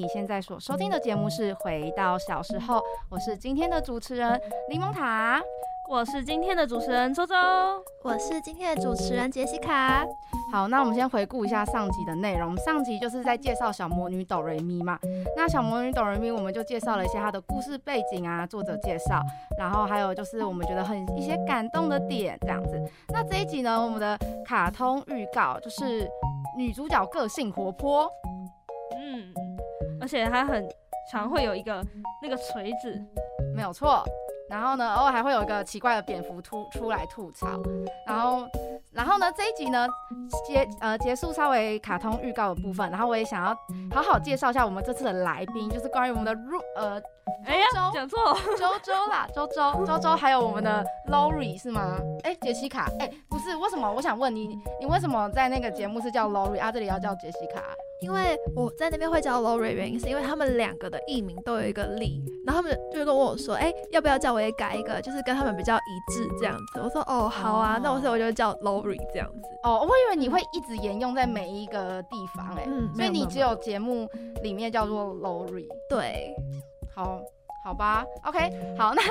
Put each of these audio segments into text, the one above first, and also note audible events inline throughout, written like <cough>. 你现在所收听的节目是《回到小时候》，我是今天的主持人柠檬塔。我是今天的主持人周周，我是今天的主持人杰西卡。好，那我们先回顾一下上集的内容。上集就是在介绍小魔女哆瑞咪嘛。那小魔女哆瑞咪，我们就介绍了一些她的故事背景啊，作者介绍，然后还有就是我们觉得很一些感动的点这样子。那这一集呢，我们的卡通预告就是女主角个性活泼，嗯，而且他很常会有一个那个锤子，没有错。然后呢，偶尔还会有一个奇怪的蝙蝠突出来吐槽。然后，然后呢，这一集呢结呃结束稍微卡通预告的部分。然后我也想要好好介绍一下我们这次的来宾，就是关于我们的入呃哎呀周，讲错，周周啦，周周周周，还有我们的 Lori 是吗？哎，杰西卡，哎，不是，为什么？我想问你，你为什么在那个节目是叫 Lori 啊？这里要叫杰西卡？因为我在那边会叫 Lori，原因是因为他们两个的艺名都有一个李，然后他们就跟我说，哎、要不要叫我也改一个，就是跟他们比较一致这样子。我说哦，好啊哦，那我所以我就叫 Lori 这样子。哦，我以为你会一直沿用在每一个地方哎、嗯所以你只没有有节目里面叫做 Lori。对，好，好吧，OK，好，那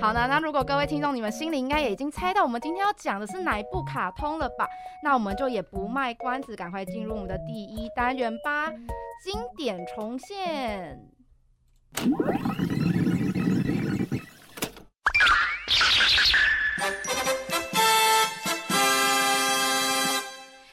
好那那如果各位听众你们心里应该也已经猜到我们今天要讲的是哪一部卡通了吧？那我们就也不卖关子，赶快进入我们的第一单元吧，经典重现。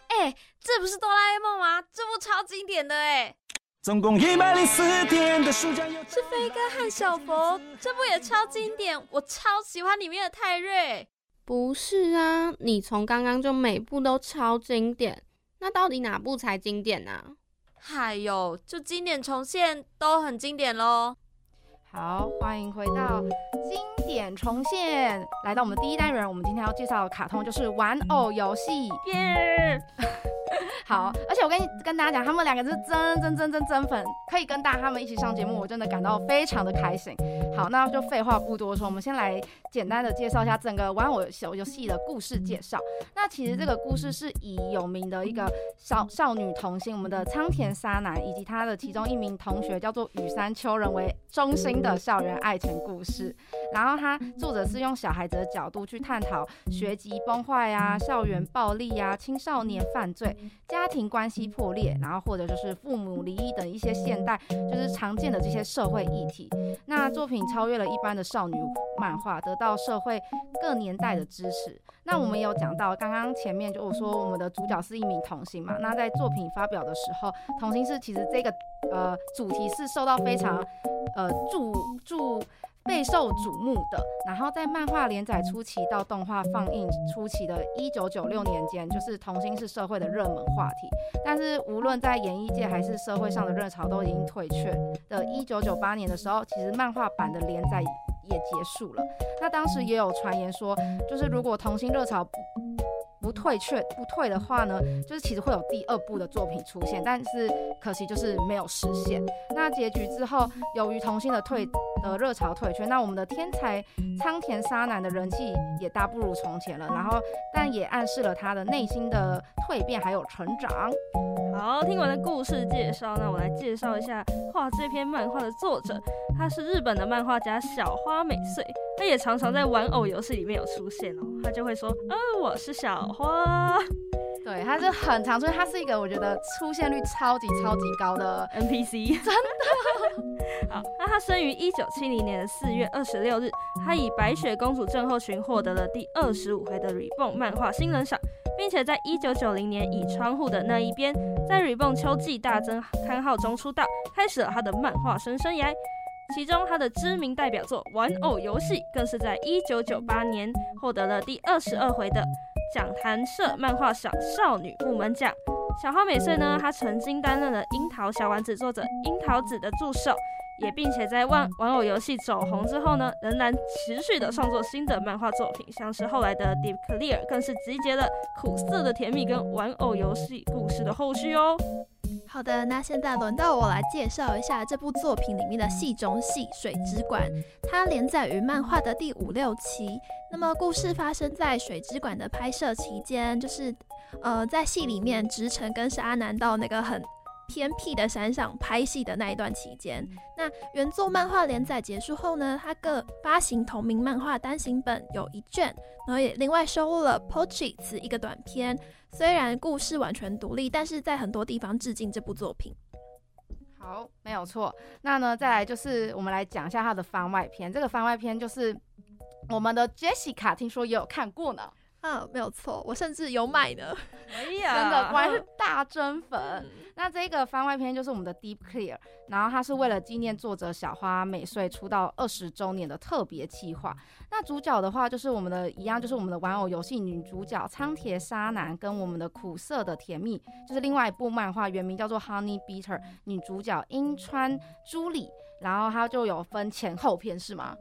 哎、这不是哆啦 A 梦吗？这部超经典的哎、总共一百零四天的暑假又是飞哥和小佛，这部也超经典，我超喜欢里面的泰瑞。不是啊，你从刚刚就每部都超经典，那到底哪部才经典啊？还有，哎就经典重现都很经典喽。好，欢迎回到经典重现，来到我们第一单元，我们今天要介绍的卡通就是玩偶游戏。耶！ <laughs> 好，而且我跟你跟大家讲，他们两个是真真真真真粉，可以跟大他们一起上节目，我真的感到非常的开心。好，那就废话不多说，我们先来简单的介绍一下整个玩偶小游戏的故事介绍。那其实这个故事是以有名的一个少少女童星，我们的仓田沙男以及她的其中一名同学叫做羽山秋人为中心的校园爱情故事。然后它作者是用小孩子的角度去探讨学籍崩坏啊、校园暴力啊、青少年犯罪。家庭关系破裂，然后或者就是父母离异等一些现代就是常见的这些社会议题。那作品超越了一般的少女漫画，得到社会各年代的支持。那我们有讲到，刚刚前面就我说我们的主角是一名童星嘛，那在作品发表的时候，童星是其实这个呃主题是受到非常呃注注。备受瞩目的，然后在漫画连载初期到动画放映初期的1996年间，就是童星是社会的热门话题。但是无论在演艺界还是社会上的热潮都已经退却的1998年的时候，其实漫画版的连载也结束了。那当时也有传言说，就是如果童星热潮不不退却不退的话呢，就是其实会有第二部的作品出现，但是可惜就是没有实现。那结局之后，由于童星的退的热潮退却，那我们的天才仓田沙男的人气也大不如从前了，然后但也暗示了他的内心的蜕变还有成长。好，听完的故事介绍，那我来介绍一下画这篇漫画的作者，他是日本的漫画家小花美穗，他也常常在玩偶游戏里面有出现哦，他就会说，呃，我是小花对，他是很常出现，他是一个我觉得出现率超级超级高的 NPC，真 <laughs> 的。好，那他生于一九七零年的四月二十六日，他以《白雪公主症候群》获得了第二十五回的 Reborn 漫画新人赏，并且在一九九零年以《窗户的那一边》在 Reborn 秋季大增刊号中出道，开始了他的漫画生生涯。其中，他的知名代表作《玩偶游戏》更是在一九九八年获得了第二十二回的讲坛社漫画赏少女部门奖。小花美穗呢，她曾经担任了《樱桃小丸子》作者樱桃子的助手，也并且在玩玩偶游戏走红之后呢，仍然持续的创作新的漫画作品，像是后来的《Deep Clear》更是集结了苦涩的甜蜜跟玩偶游戏故事的后续哦。好的，那现在轮到我来介绍一下这部作品里面的戏中戏《水之馆》，它连载于漫画的第五六期。那么故事发生在水之馆的拍摄期间，就是呃，在戏里面直城跟沙男到那个很偏僻的山上拍戏的那一段期间。那原作漫画连载结束后呢，他各发行同名漫画单行本有一卷，然后也另外收录了《Pochi》词一个短篇。虽然故事完全独立，但是在很多地方致敬这部作品。好，没有错。那呢，再来就是我们来讲一下它的番外篇。这个番外篇就是我们的 Jessica，听说也有看过呢，啊，没有错，我甚至有买呢。哎真呀， <laughs> 的果然是大真粉。嗯那这个番外篇就是我们的 Deep Clear，然后它是为了纪念作者小花美穗出道二十周年的特别企划。那主角的话就是我们的一样，就是我们的玩偶游戏女主角仓铁沙男跟我们的苦涩的甜蜜，就是另外一部漫画原名叫做 Honey Bitter，女主角樱川朱里，然后它就有分前后篇是吗？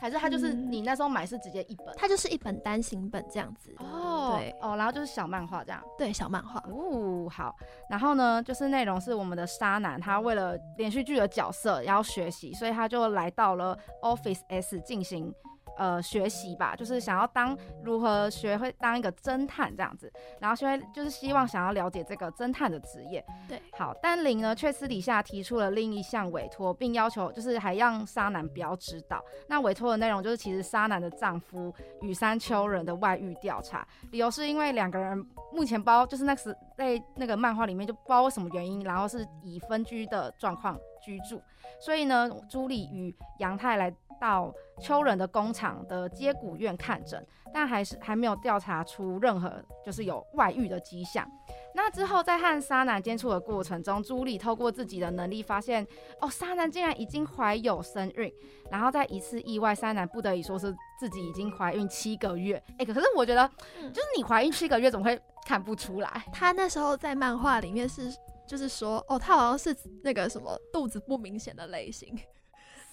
还是它就是嗯你那时候买是直接一本？ <laughs> 它就是一本单行本这样子。哦对哦，然后就是小漫画这样。对，小漫画。哦，好。然后呢，就是内容是我们的沙男，他为了连续剧的角色也要学习，所以他就来到了 Office S 进行呃学习吧，就是想要当如何学会当一个侦探这样子。然后希望就是希望想要了解这个侦探的职业。对，好，但林呢却私底下提出了另一项委托，并要求就是还让沙男不要知道。那委托的内容就是，其实沙男的丈夫羽山秋人的外遇调查，理由是因为两个人目前包就是那时在那个漫画里面就不知道为什么原因，然后是以分居的状况居住，所以呢，朱莉与杨太来到秋人的工厂的接骨院看诊，但还是还没有调查出任何就是有外遇的迹象。那之后，在和沙男接触的过程中，朱莉透过自己的能力发现，哦，沙男竟然已经怀有身孕，然后在一次意外，沙男不得已说是自己已经怀孕七个月。哎，可是我觉得， <clears throat> 嗯就是你怀孕七个月， <clears throat> 怎么会看不出来？他那时候在漫画里面是，就是说，哦，他好像是那个什么肚子不明显的类 <laughs> 型，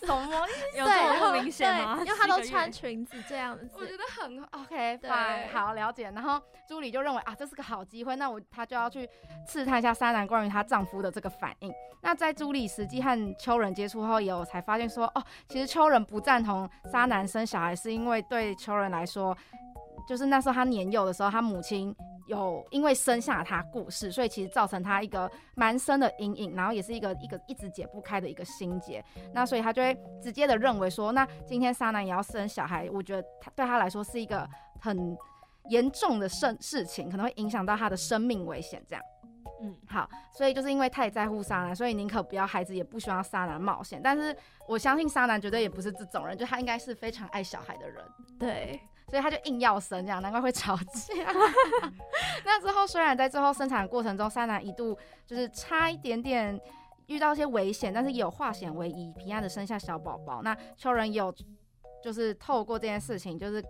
什么？有这么不明显吗？ <laughs> 对因为他都七个月穿裙子这样我觉子，得很 OK，对 fine，好了解。然后朱莉就认为啊，这是个好机会，那我她就要去试探一下沙男关于她丈夫的这个反应。那在朱莉实际和秋人接触后，也有才发现说，哦，其实秋人不赞同沙男生小孩，是因为对秋人来说，就是那时候他年幼的时候，他母亲有因为生下他过世，所以其实造成他一个蛮深的阴影，然后也是一个一个一直解不开的一个心结。那所以他就会直接的认为说，那今天沙男也要生小孩，我觉得他对他来说是一个很严重的事事情，可能会影响到他的生命危险这样。嗯，好，所以就是因为太在乎沙男，所以宁可不要孩子，也不希望沙男冒险。但是我相信沙男绝对也不是这种人，就他应该是非常爱小孩的人。对，所以他就硬要生，这样难怪会吵架。 <laughs> 那之后虽然在最后生产的过程中，三男一度就是差一点点遇到一些危险，但是也有化险为夷，平安的生下小宝宝。那秋人也有就是透过这件事情，就是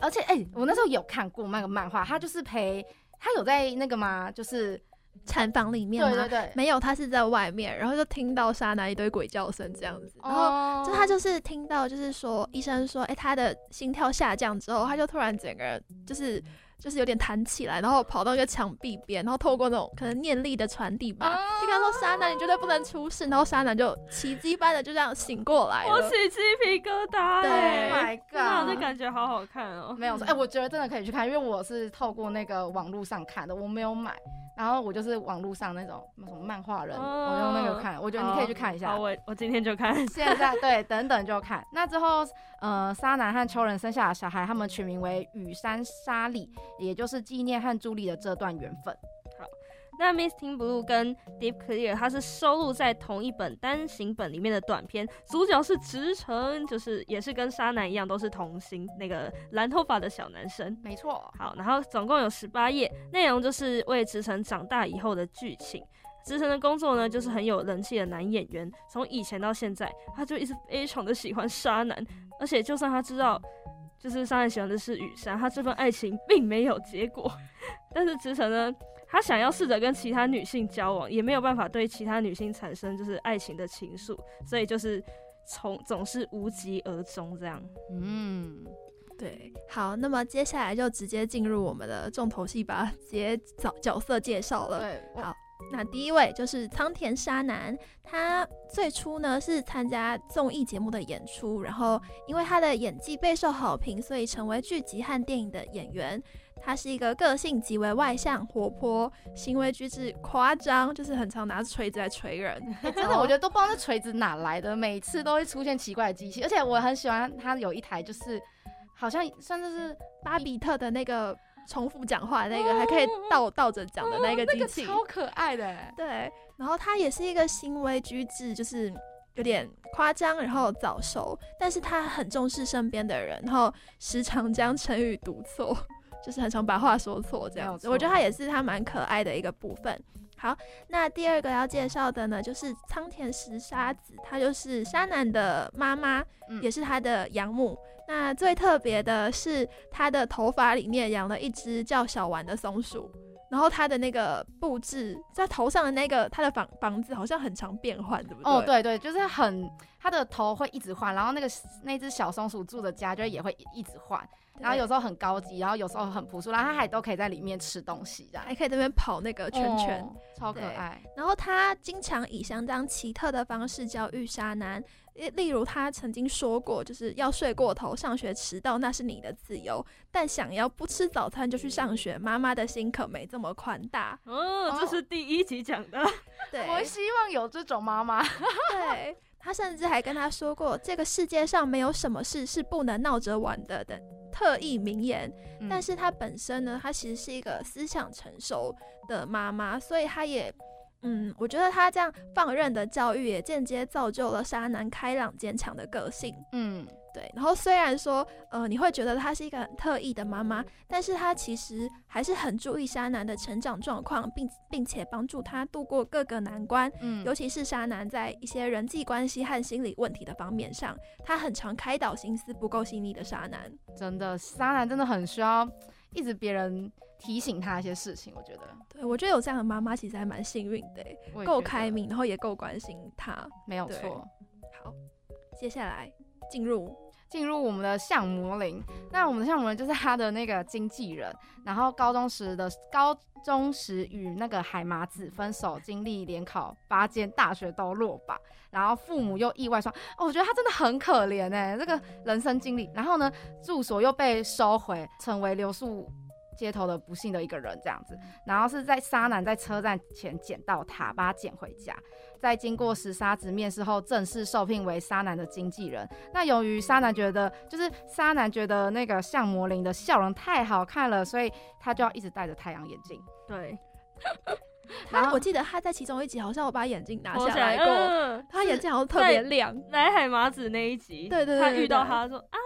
而且哎、我那时候有看过那个漫画，他就是陪他有在那个吗？就是产房里面对对吗？对，没有，他是在外面，然后就听到莎娜一堆鬼叫声这样子，然后哦就他就是听到，就是说医生说，哎、他的心跳下降之后，他就突然整个人就是就是有点弹起来，然后跑到一个墙壁边，然后透过那种可能念力的传递吧，就跟他说沙男，你绝对不能出事，然后沙男就奇迹般的就这样醒过来我了。起鸡皮疙瘩对哎、 ，Oh my 哇， God，这感觉好好看哦。 <laughs> 没有错，哎、我觉得真的可以去看，因为我是透过那个网络上看的，我没有买，然后我就是网络上那种什么漫画人，哦我用那个看，我觉得你可以去看一下好，。我我今天就看。现在对，等等就看。那之后，呃，沙男和秋人生下的小孩，他们取名为羽山沙里，也就是纪念和朱莉的这段缘分。那 Misting Blue 跟 Deep Clear 它是收录在同一本单行本里面的短篇，主角是直城，就是也是跟沙男一样都是童星那个蓝头发的小男生。没错，好，然后总共有十八页，内容就是为直城长大以后的剧情。直城的工作呢，就是很有人气的男演员，从以前到现在，他就一直非常的喜欢沙男，而且就算他知道，就是沙男喜欢的是雨山，他这份爱情并没有结果。 <laughs> 但是直城呢，他想要试着跟其他女性交往，也没有办法对其他女性产生就是爱情的情愫，所以就是从总是无疾而终这样。嗯，对，好，那么接下来就直接进入我们的重头戏吧，直接角角色介绍了。对，我好，那第一位就是仓田沙男，他最初呢是参加综艺节目的演出，然后因为他的演技备受好评，所以成为剧集和电影的演员。他是一个个性极为外向、活泼，行为举止夸张，就是很常拿着锤子来锤人。哎 <laughs> 真的，我觉得都不知道那锤子哪来的，每次都会出现奇怪的机器，而且我很喜欢它有一台就是好像算是巴比特的那个重复讲话的那个，还可以倒倒着讲的那个哦那机个器，超可爱的欸，对，然后他也是一个行为举止就是有点夸张，然后早熟，但是他很重视身边的人，然后时常将成语读错，就是很常把话说错这没样有子。我觉得错他也是他蛮可爱的一个部分。好，那第二个要介绍的呢，就是仓田石沙子，她就是沙男的妈妈，嗯也是他的养母。那最特别的是，他的头发里面养了一只叫小丸的松鼠，然后他的那个布置，在头上的那个他的房房子好像很常变换，对不对？哦，，对对，就是很，它的头会一直换，然后那个那只小松鼠住的家就也会一直换，然后有时候很高级，然后有时候很朴素，然后它还都可以在里面吃东西这样，还可以在那边跑那个圈圈。哦超可哎对爱。然后他经常以相当奇特的方式教育沙男，例例如他曾经说过，就是要睡过头、上学迟到那是你的自由，但想要不吃早餐就去上学，妈妈的心可没这么宽大。哦，这是第一集讲的，对，我希望有这种妈妈，对他甚至还跟他说过，这个世界上没有什么事是不能闹着玩的等特意名言。 <laughs> 嗯但是他本身呢，他其实是一个思想成熟的妈妈，所以他也。嗯，我觉得他这样放任的教育也间接造就了沙男开朗坚强的个性。嗯，对，然后虽然说，呃，你会觉得她是一个很特意的妈妈，但是她其实还是很注意沙男的成长状况，并并且帮助他度过各个难关。嗯尤其是沙男在一些人际关系和心理问题的方面上，他很常开导心思不够细腻的沙男。真的，渣男真的很需要一直别人提醒他一些事情，我觉得对我觉得有这样的妈妈其实还蛮幸运的欸，我也够觉得开明，然后也够关心他。没有对错。好，接下来进入进入我们的项魔林，那我们的项魔林就是他的那个经纪人，然后高中时的高中时与那个海麻子分手，经历联考八间大学都落榜，然后父母又意外双，哦，我觉得他真的很可怜哎、这个人生经历，然后呢，住所又被收回，成为留宿。街头的不幸的一个人这样子，然后是在沙男在车站前捡到他，把他捡回家，在经过石沙子面试后，正式受聘为沙男的经纪人。那由于沙男觉得，就是沙男觉得那个向魔灵的笑容太好看了，所以他就要一直戴着太阳眼镜。对，然他，后啊我记得他在其中一集好像有把眼镜拿我下想来过，嗯他眼是睛好像特在别亮。来海麻子那一集，对对对他对遇到对他说啊，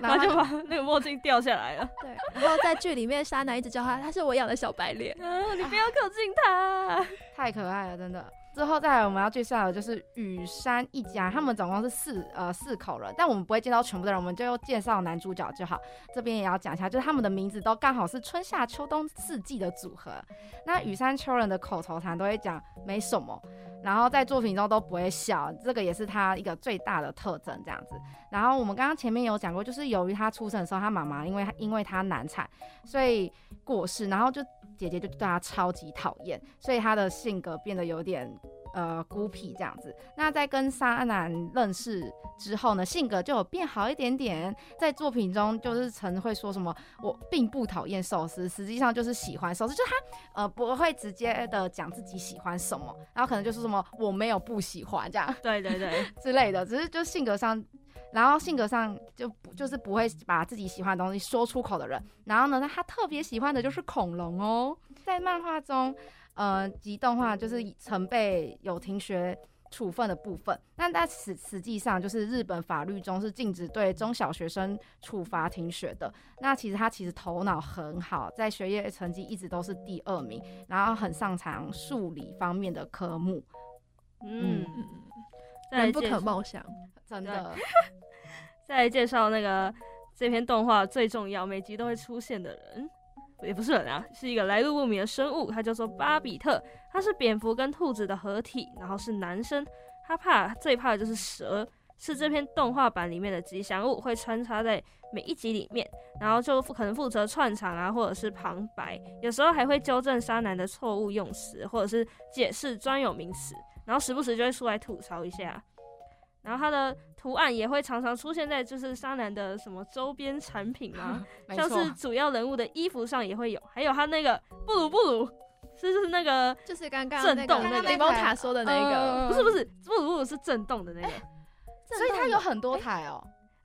然后然后 <laughs> 他就把那个墨镜掉 <laughs> 下来了。对，然后在剧里面，沙男一直叫他他是我养的小白脸。啊，你不要靠近 <laughs> 他。太可爱了，真的。之后再来我们要介绍的就是雨山一家，他们总共是四呃四口人，但我们不会介绍全部的人，我们就介绍男主角就好。这边也要讲一下，就是他们的名字都刚好是春夏秋冬四季的组合。那雨山秋人的口头禅都会讲没什么，然后在作品中都不会笑，这个也是他一个最大的特征这样子。然后我们刚刚前面有讲过，就是由于他出生的时候，他妈妈因为因为他难产，所以过世，然后就姐姐就对他超级讨厌，所以他的性格变得有点呃孤僻这样子。那在跟沙男认识之后呢，性格就有变好一点点。在作品中就是曾会说什么“我并不讨厌寿司”，实际上就是喜欢寿司，就是他呃不会直接的讲自己喜欢什么，然后可能就是什么“我没有不喜欢”这样。对对对，之类的，只是就性格上，然后性格上就不就是不会把自己喜欢的东西说出口的人。然后呢，那他特别喜欢的就是恐龙哦，在漫画中，呃，及动画就是曾被有停学。处分的部分，那但实实际上就是日本法律中是禁止对中小学生处罚停学的。那其实他其实头脑很好，在学业成绩一直都是第二名，然后很擅长数理方面的科目， <laughs> 嗯，嗯，再来人不介可貌相。真的。再来介绍那个这篇动画最重要，每集都会出现的人，也不是人啊，是一个来路不明的生物，它叫做巴比特，它是蝙蝠跟兔子的合体，然后是男生，他怕最怕的就是蛇。是这篇动画版里面的吉祥物，会穿插在每一集里面，然后就可能负责串场啊，或者是旁白，有时候还会纠正沙男的错误用词，或者是解释专有名词，然后时不时就会出来吐槽一下。然后它的图案也会常常出现在就是沙男的什么周边产品啊，没像错，是主要人物的衣服上也会有，还有他那个布鲁布鲁，是是那个就是刚刚震那动那个个雷蒙塔说嗯的那个，不是不是布鲁布鲁是震动的那个，所以它有很多台哦。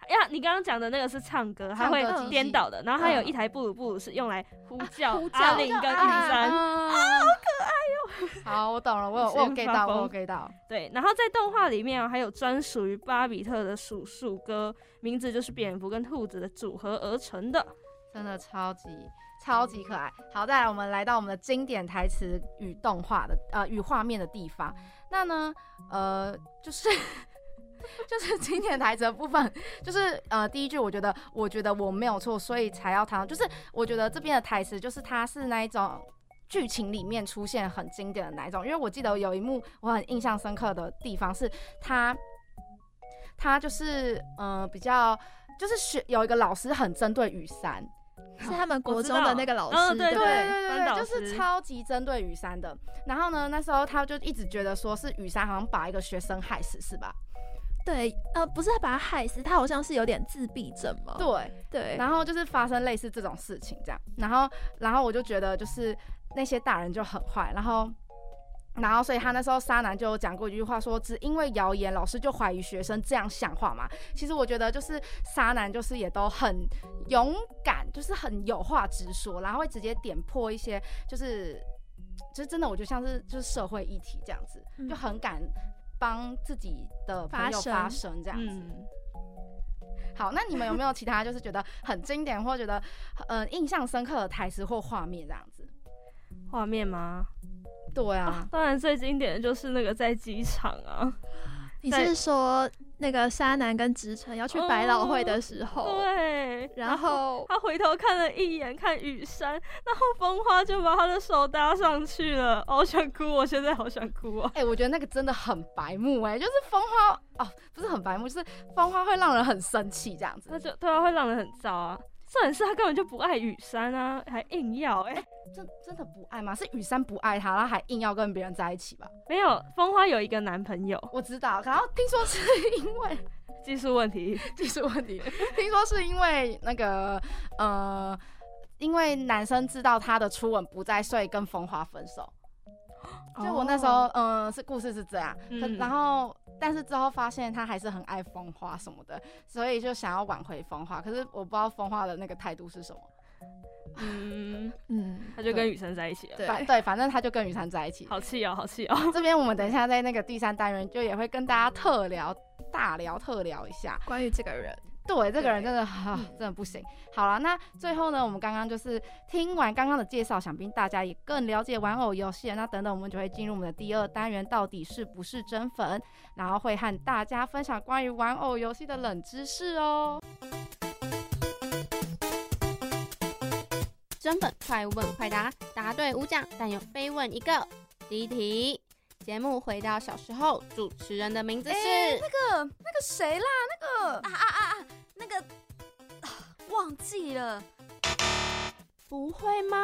哎呀，你刚刚讲的那个是唱歌，它唱会歌机器颠倒的，然后还有嗯一台布鲁布鲁是用来呼叫啊呼叫阿令跟玉山，啊，好可爱哟！好，我懂了，我有我有先 get 发到，我有疯 get 到。对，然后在动画里面啊，还有专属于巴比特的数数歌，名字就是蝙蝠跟兔子的组合而成的。真的超级超级可爱。好，再来，我们来到我们的经典台词与动画的呃与画面的地方。那呢，呃，就是 <laughs> 就是经典台词的部分， <laughs> 就是呃第一句，我觉得我觉得我没有错，所以才要谈。就是我觉得这边的台词，就是它是那一种。剧情里面出现很经典的那一种，因为我记得有一幕我很印象深刻的地方是他，他就是呃比较就是学有一个老师很针对雨山，是他们国我知中道的那个老嗯师，对不对对？对班对导对，就师是超级针对雨山的。然后呢，那时候他就一直觉得说是雨山好像把一个学生害死，是吧？对，呃，不是他把他害死，他好像是有点自闭症哦嘛。对，对，然后就是发生类似这种事情，这样，然后然后我就觉得就是那些大人就很坏，然后。然后，所以他那时候沙男就有讲过一句话说，只因为谣言，老师就怀疑学生这样想话嘛。其实我觉得就是沙男就是也都很勇敢，就是很有话直说，然后会直接点破一些就是就是真的，我就像是就是社会议题这样子，嗯就很敢帮自己的朋友发声发声这样子。嗯，好，那你们有没有其他就是觉得很经典或觉得呃印象深刻的台词或画面这样子？画面吗？对啊啊，，当然最经典的就是那个在机场啊，你对是说那个沙男跟直城要去百老汇的时候，对，哦然后他回头看了一眼，看雨山，然后风花就把他的手搭上去了。哦好想哭，我现在好想哭啊！哎、我觉得那个真的很白目哎、就是风花哦，不是很白目，就是风花会让人很生气这样子那。就对啊，会让人很糟啊。重点是他根本就不爱雨山啊，还硬要哎、真真的不爱吗？是雨山不爱他，然后还硬要跟别人在一起吧？没有，风花有一个男朋友，我知道，然后听说是因为技术问题。技术问题， <laughs> 听说是因为那个呃，因为男生知道他的初吻不在，所以跟风花分手。就我那时候，嗯、是故事是这样，可哦嗯然后但是之后发现他还是很爱风花什么的，所以就想要挽回风花，可是我不知道风花的那个态度是什么。嗯，嗯，他就跟雨山在一起了，对，反对，反正他就跟雨山在一起。好气哦，好气 <laughs> 哦。这边我们等一下在那个第三单元就也会跟大家特聊、大聊、特聊一下。关于这个人，对，这个人对真的哈、啊真的不行。好了，那最后呢，我们刚刚就是听完刚刚的介绍，想必大家也更了解玩偶游戏了。那等等，我们就会进入我们的第二单元，到底是不是真粉？然后会和大家分享关于玩偶游戏的冷知识哦。真粉快问快答，答对五奖，但有非问一个。第一题，节目回到小时候，主持人的名字是、那个那个谁啦，那个啊啊啊啊！那个、啊忘记了，不会吗？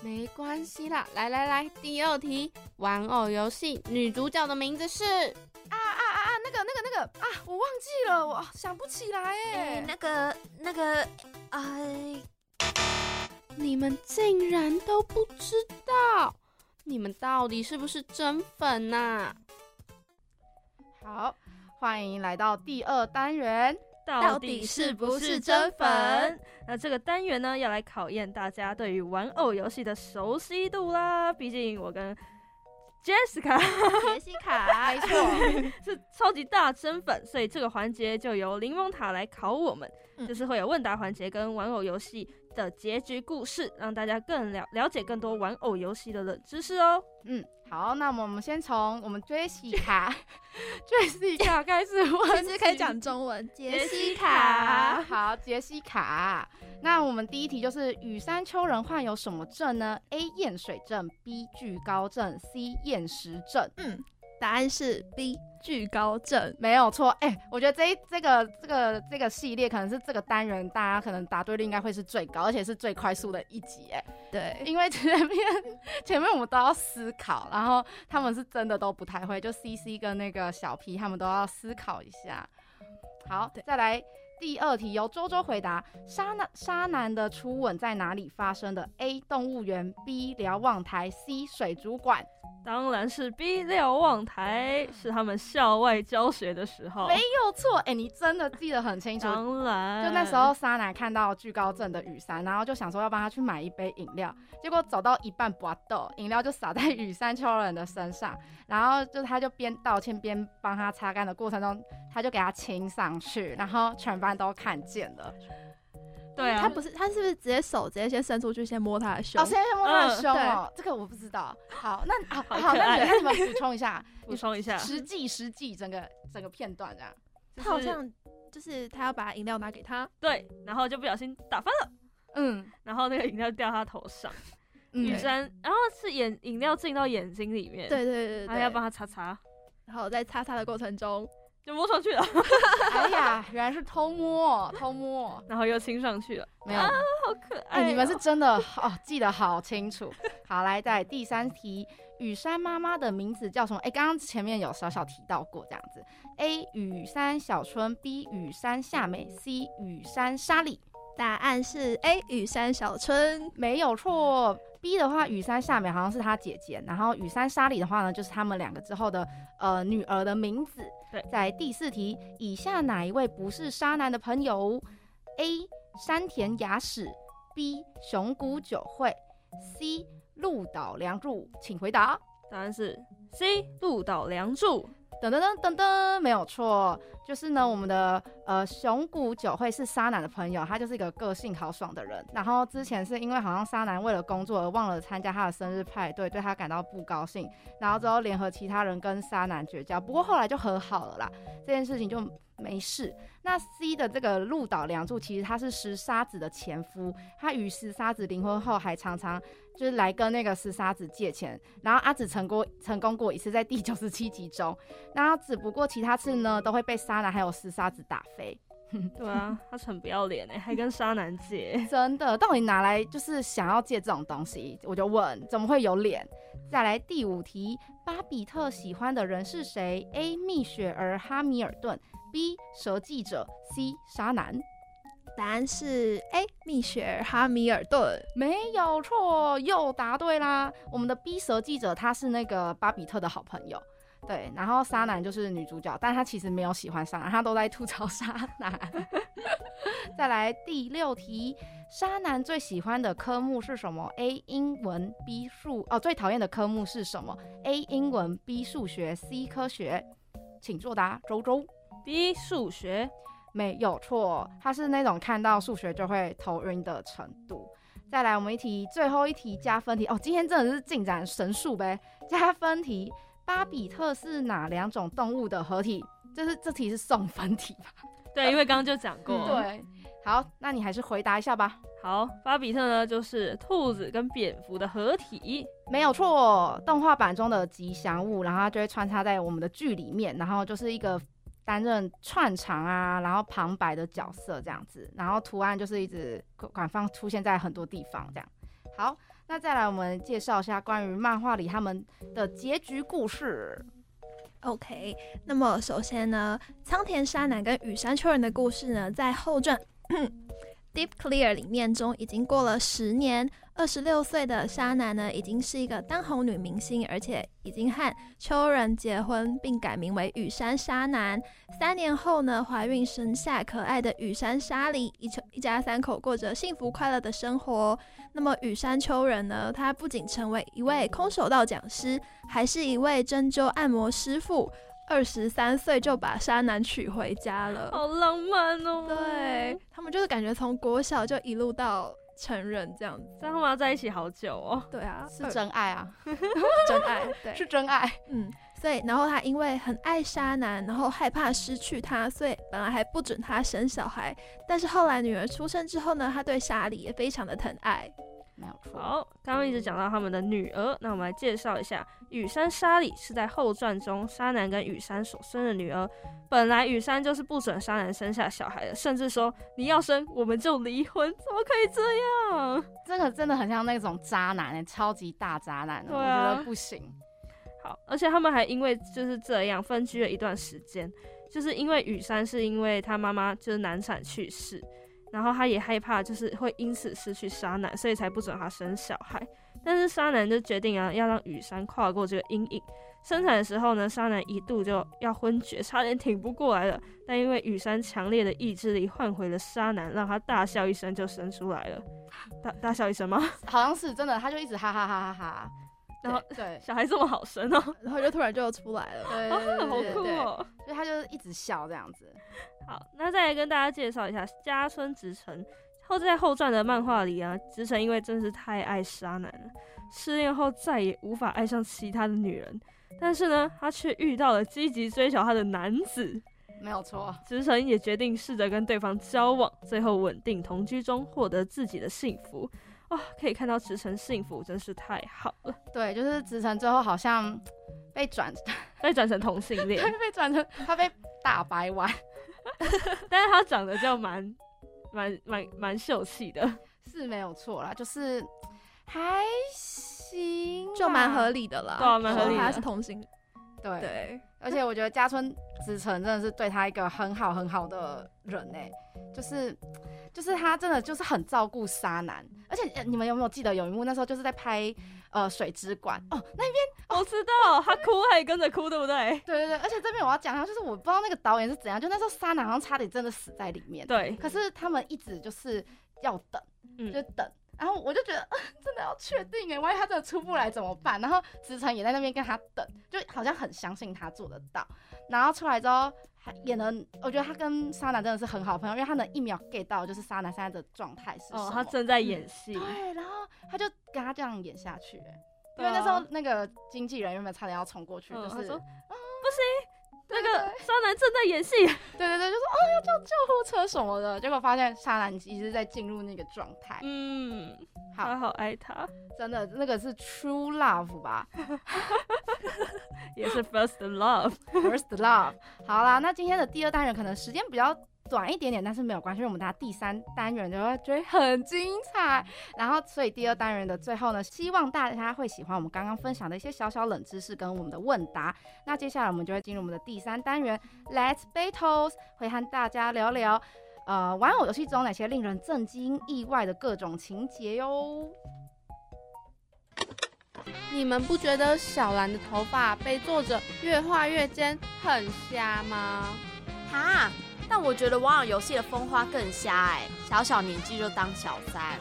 没关系啦，来来来，第二题，玩偶游戏女主角的名字是啊啊啊啊，那个那个那个啊，我忘记了，我想不起来哎、哎、那个那个，哎、你们竟然都不知道，你们到底是不是真粉啊呐、好，欢迎来到第二单元。到底是不是真粉？那这个单元呢，要来考验大家对于玩偶游戏的熟悉度啦。毕竟我跟 Jessica 杰西卡，没错，是超级大真粉，所以这个环节就由柠檬塔来考我们，嗯就是会有问答环节跟玩偶游戏的结局故事，让大家更了了解更多玩偶游戏的冷知识哦。嗯，好，那么我们先从我们 Jessica Jessica 开始问，其实可以讲中文，杰西卡。卡，好，杰西卡。那我们第一题就是羽山丘人患有什么症呢？A. 厌水症，B. 惧高症，C. 厌食症。嗯，答案是 B，惧高症。没有错，哎、我觉得这一这个这个这个系列可能是这个单元大家可能答对率应该会是最高，而且是最快速的一集，哎，对，因为前面前面我们都要思考，然后他们是真的都不太会，就 C C 跟那个小 P 他们都要思考一下。好，再来第二题，由周周回答：沙男沙男的初吻在哪里发生的？A. 动物园，B. 瞭望台，C. 水族馆。当然是 B 六望台，是他们校外教学的时候没。有错，哎、你真的记得很清楚。当然，就那时嗯候，莎奶看到惧高症的雨山，然后就想说要帮他去买一杯饮料，结果走到一半不豆，饮料就洒在 <laughs> 雨山秋人的身上，然后就他就边道歉边帮他擦干的过程中，他就给他亲上去，然后全班都看见了。对啊，他不是他是不是直接手直接先伸出去，先摸他的胸？哦，现在摸他的嗯胸哦，这个我不知道。好，那好， <laughs> 好好可那爱你那你们补充一下，补充 <laughs> 一下，实际实际整个整个片段这样。就他好是像就是他要把饮料拿给他，对，然后就不小心打翻了，嗯然后那个饮料掉他头上，雨嗯，山，然后是眼饮料进到眼睛里面，，对对对对还要帮他擦擦，然后在擦擦的过程中，就摸上去了，哎呀，原来是偷摸，偷 <laughs> 摸，然后又亲上去了，没有。好可爱哎、哦、你们是真的哦，记得好清楚。好，来，在第三题，雨山妈妈的名字叫什么？哎、刚刚前面有小小提到过，这样子。A. 雨山小春，B. 雨山夏美，C. 雨山沙里，答案是 A 雨山小春。没有错。B 的话，雨山夏美好像是她姐姐，然后雨山沙里的话呢，就是他们两个之后的呃女儿的名字。对在第四题，以下哪一位不是沙男的朋友？A. 山田雅史，B. 熊谷久惠，C. 鹿岛良助，请回答。答案是 C 鹿岛良助，噔噔噔噔噔，没有错，就是呢，我们的呃熊谷久惠是沙男的朋友，他就是一个个性豪爽的人。然后之前是因为好像沙男为了工作而忘了参加他的生日派对，对他感到不高兴，然后之后联合其他人跟沙男绝交。不过后来就和好了啦，这件事情就没事。那 C 的这个鹿岛良助其实他是石沙子的前夫，他与石沙子离婚后还常常就是来跟那个石沙子借钱，然后阿紫成功成功过一次，在第九十七集中。那只不过其他次呢都会被沙男还有石沙子打飞，对啊，他是很不 <laughs> 要脸哎、还跟沙男借， <laughs> 真的，到底哪来就是想要借这种东西？我就问，怎么会有脸？再来第五题，巴比特喜欢的人是谁？A. 蜜雪儿哈米尔顿，B. 蛇记者，C. 沙男。答案是 A 蜜雪儿哈米尔顿。没有错，又答对啦！我们的 B 蛇记者他是那个巴比特的好朋友，对，然后沙男就是女主角，但她其实没有喜欢沙男，她都在吐槽沙男。 <laughs> 再来第六题，沙男最喜欢的科目是什么？A 英文，B 数哦，最讨厌的科目是什么？A 英文，B 数学，C 科学，请作答，周周。 B 数学，没有错，他是那种看到数学就会头晕的程度。再来，我们一题最后一题加分题哦，今天真的是进展神速呗！加分题，巴比特是哪两种动物的合体？就是这题是送分题吧？对，因为刚刚就讲过，呃嗯对，好，那你还是回答一下吧。好，巴比特呢就是兔子跟蝙蝠的合体，没有错，动画版中的吉祥物，然后它就会穿插在我们的剧里面，然后就是一个担任串场啊，然后旁白的角色这样子，然后图案就是一直呃广泛出现在很多地方这样。好，那再来我们介绍一下关于漫画里他们的结局故事。 OK，那么首先呢，苍田沙男跟羽山秋人的故事呢，在后传 Deep Clear 里面中已经过了十年。二十六岁的沙男呢，已经是一个当红女明星，而且已经和秋人结婚，并改名为羽山沙男。三年后呢，怀孕生下可爱的羽山沙里，一丘一家三口过着幸福快乐的生活。那么羽山秋人呢，他不仅成为一位空手道讲师，还是一位针灸按摩师傅，二十三岁就把沙男娶回家了。好浪漫哦。对，他们就是感觉从国小就一路到成人这样子。这样他们要在一起好久哦。对啊，是真爱啊，二 <laughs> 真爱，对，是真爱。嗯，所以然后他因为很爱沙男，然后害怕失去他，所以本来还不准他生小孩，但是后来女儿出生之后呢，他对沙里也非常的疼爱。没有错。好，刚刚一直讲到他们的女儿，那我们来介绍一下羽山沙里是在后传中沙男跟羽山所生的女儿。本来羽山就是不准沙男生下小孩的，甚至说你要生我们就离婚，怎么可以这样？这个真的很像那种渣男、欸， <laughs> 超级大渣男、对我觉啊得不行。好，而且他们还因为就是这样分居了一段时间，就是因为羽山是因为他妈妈就是难产去世，然后他也害怕就是会因此失去沙男，所以才不准他生小孩。但是沙男就决定啊，要让羽山跨过这个阴影。生产的时候呢，沙男一度就要昏厥，差点挺不过来了。但因为羽山强烈的意志力换回了沙男，让他大笑一声就生出来了。大大笑一声吗？ <laughs> 好像是真的，他就一直哈哈哈哈哈。 <laughs> 然后对小孩这么好生哦、然后就突然就出来了。对，啊对对好对酷对哦、所以他就是一直笑这样子。好，那再来跟大家介绍一下加村直成。后在后传的漫画里啊，直成因为真是太爱沙男了，失恋后再也无法爱上其他的女人，但是呢，他却遇到了积极追求他的男子。没有错，直成也决定试着跟对方交往，最后稳定同居中获得自己的幸福。哇、可以看到直成幸福真是太好了，对，就是直成最后好像被转，被转成同性恋， <laughs> 被转成他被大白玩，但是他长得就蛮蛮蛮蛮秀气的， <laughs> <laughs> 是没有错啦，就是还行啦，就蛮合理的啦，对啊蛮合理的说他是同性，对。对，而且我觉得加村直成真的是对他一个很好很好的人哎、就是就是他真的就是很照顾沙男，而且呃你们有没有记得有一幕那时候就是在拍呃水之馆哦，那边我知道，他哭他也跟着哭，对不对？对对对，而且这边我要讲一下，就是我不知道那个导演是怎样，就那时候沙男好像差点真的死在里面，对，可是他们一直就是要等，嗯就等。然后我就觉得， <laughs> 呃真的要确定哎，万一他真的出不来怎么办？然后直成也在那边跟他等，就好像很相信他做得到。然后出来之后，还也能，我觉得他跟沙男真的是很好朋友，因为他能一秒 get 到就是沙男现在的状态是什么。嗯哦，他正在演戏，啊对，然后他就跟他这样演下去哎，因对为啊那时候那个经纪人原本差点要冲过去，嗯就他是说对那对个沙男正在 <laughs> 演戏，对对对，就说哦要叫救护车什么的，结果发现沙男其实在进入那个状态。嗯，好，他好爱他，真的，那个是 true love 吧也是 first <laughs> love， ，first love。好啦，那今天的第二单元可能时间比较短一点点，但是没有关系，因为我们大家第三单元的话觉得很精彩。然后，所以第二单元的最后呢，希望大家会喜欢我们刚刚分享的一些小小冷知识跟我们的问答。那接下来我们就会进入我们的第三单元 Let's Battles，会和大家聊聊。呃，玩偶游戏中哪些令人震惊、意外的各种情节哟？你们不觉得小兰的头发被作者越画越尖很瞎吗？哈，但我觉得玩偶游戏的风花更瞎哎、小小年纪就当小三，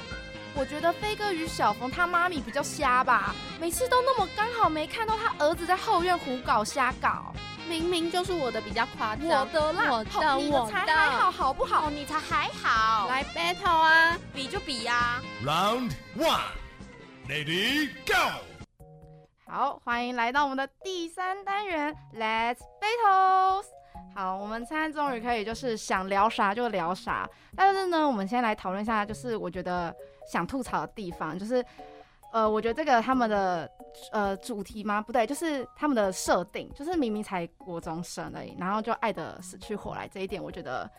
我觉得飞哥与小冯他妈咪比较瞎吧，每次都那么刚好没看到他儿子在后院胡搞瞎搞。明明就是我的比较夸张，我的啦，我好的，你的我才还好，的，好不好？哦，你才还好，来 battle 啊！比就比呀、 Round one, lady go. 好，欢迎来到我们的第三单元，Let's Battles。好，我们现在终于可以就是想聊啥就聊啥，但是呢，我们先来讨论一下，就是我觉得想吐槽的地方，就是呃，我觉得这个他们的呃主题吗？不对，就是他们的设定，就是明明才国中生而已，然后就爱得死去活来，这一点我觉得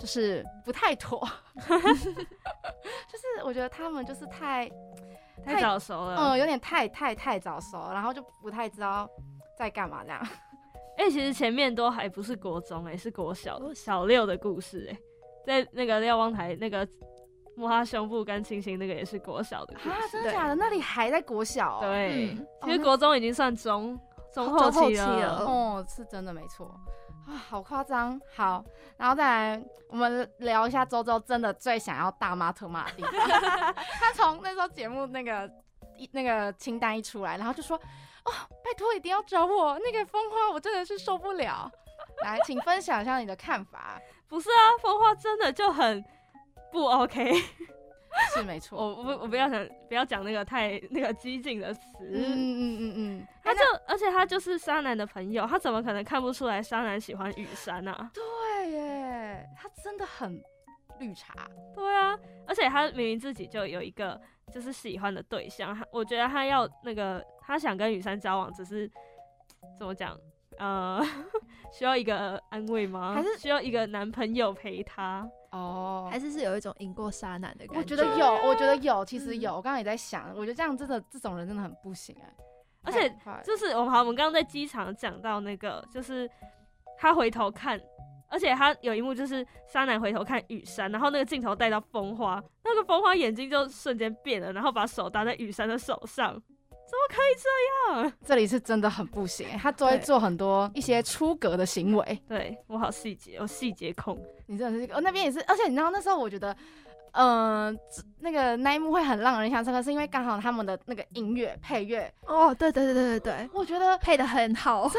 就是不太妥， <laughs> 就是我觉得他们就是太太早熟了。嗯，有点太太太早熟，然后就不太知道在干嘛这样。哎，其实前面都还不是国中，哎，是国小的小六的故事，哎，在那个瞭望台那个摸他胸部跟亲亲那个也是国小的 <laughs> 故啊，事，真的假的？那里还在国小、哦？，对，嗯，其实那国中已经算中中中后期期了了，哦，是真的没错啊，好夸张。好，然后再来我们聊一下周周真的最想要大骂特骂的地 <laughs> 方。他从那时候节目那个一那个清单一出来，然后就说：“哦，拜托一定要找我，那个风花我真的是受不了。” <laughs> 来，请分享一下你的看法。不是啊，风花真的就很不 OK。是没错，我不我不要想不要讲那个太那个激进的词，嗯嗯嗯嗯，他就而且他就是沙男的朋友，他怎么可能看不出来沙男喜欢雨山 <laughs> 啊？对耶，他真的很绿茶。对啊，而且他明明自己就有一个就是喜欢的对象，他我觉得他要那个他想跟雨山交往，只是怎么讲？呃， <laughs> 需要一个安慰吗？还是需要一个男朋友陪他？哦还是是有一种赢过渣男的感我觉得嗯有，我觉得有，其实有。我刚刚也在想，我觉得这样真的这种人真的很不行哎、而且太坏了就是我们好，我们刚刚在机场讲到那个，就是他回头看，而且他有一幕就是沙男回头看雨山，然后那个镜头带到风花，那个风花眼睛就瞬间变了，然后把手搭在雨山的手上，怎么可以这样？这里是真的很不行欸、他都会对做很多一些出格的行为。对我好细节，我细节控，你真的是，哦、那边也是，而且你知道那时候我觉得，嗯、这那个那一幕会很让人印象深刻，是因为刚好他们的那个音乐配乐，哦，对对对对对对，我觉得配的很好，配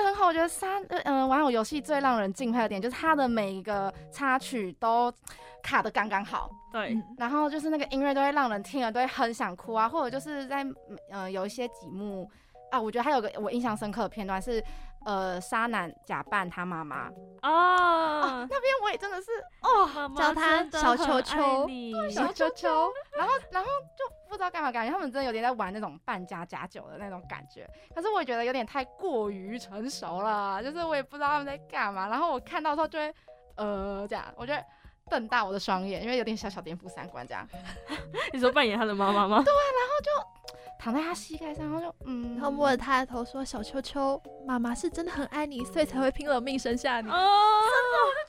的很好。我觉得三嗯、玩偶游戏最让人敬佩的点就是它的每一个插曲都卡的刚刚好。对，嗯然后就是那个音乐都会让人听了都会很想哭啊，或者就是在呃有一些几幕啊，我觉得还有个我印象深刻的片段是，呃，沙男假扮他妈妈，因哦，那为我也真的是哦，妈妈叫他真的小很球哦爱球你小球球，然后然后就不知道干嘛，感觉他们真的有点在玩那种扮家家酒的那种感觉，可是我也觉得有点太过于成熟了，啊就是我也不知道他们在干嘛，然后我看到之后就会呃这样，我就会瞪大我的双眼，因为有点小小颠覆三观这样，你说扮演他的妈妈吗？躺在他膝盖上，然后就嗯，然后摸了他的头说：“小秋秋，妈妈是真的很爱你，所以才会拼了命生下你。哦， <laughs>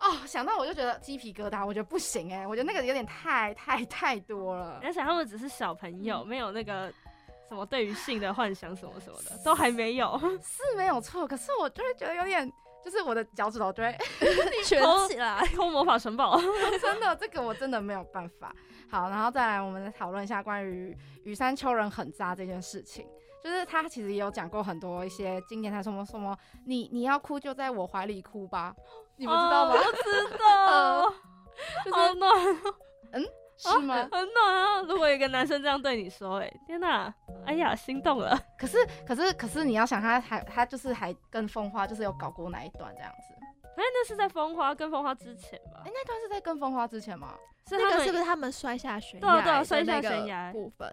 哦，想到我就觉得鸡皮疙瘩，我觉得不行哎、我觉得那个有点太太太多了。而且他们只是小朋友，嗯没有那个什么对于性的幻想什么什么的，都还没有。是没有错，可是我就会觉得有点，就是我的脚趾头就会， <laughs> 卷起来，偷魔法城堡，真的这个我真的没有办法。好，然后再来我们来讨论一下关于羽山秋人很渣这件事情。就是他其实也有讲过很多一些经典，他说什么什么，你你要哭就在我怀里哭吧，你不知道吗？哦我知道，好暖，是吗？ <laughs> 很暖啊！如果有一个男生这样对你说、哎，天哪、哎呀，心动了。可是可是可是你要想他还他就是还跟风花就是有搞过那一段这样子，哎，那是在风花跟风花之前吧哎、？那段是在跟风花之前吗？是那他个们是不是他们摔下悬对啊对啊崖摔的下那悬崖个部分？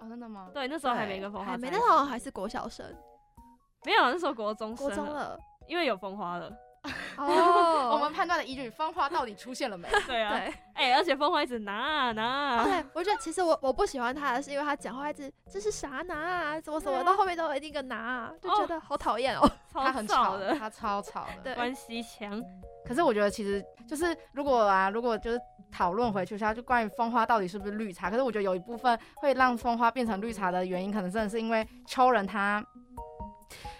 哦，真的吗？对，那时候还没跟风花还在没，一起，那时候还是国小生，没有，那时候国中生国中了，了。因为有风花了。哦 <laughs> 我们判断的依据，风花到底出现了 <laughs> 没？对啊，对哦哎、而且风花一直拿啊拿啊，对，我觉得其实我我不喜欢他的是因为他讲话一直这是啥拿啊，怎么什么，到后面都有一定个拿啊，就觉得好讨厌哦。 <laughs> 他超很吵吵的，他超吵的。对关系强。可是我觉得其实就是如果啊，如果就是讨论回去，它就关于风花到底是不是绿茶。可是我觉得有一部分会让风花变成绿茶的原因，可能真的是因为秋人他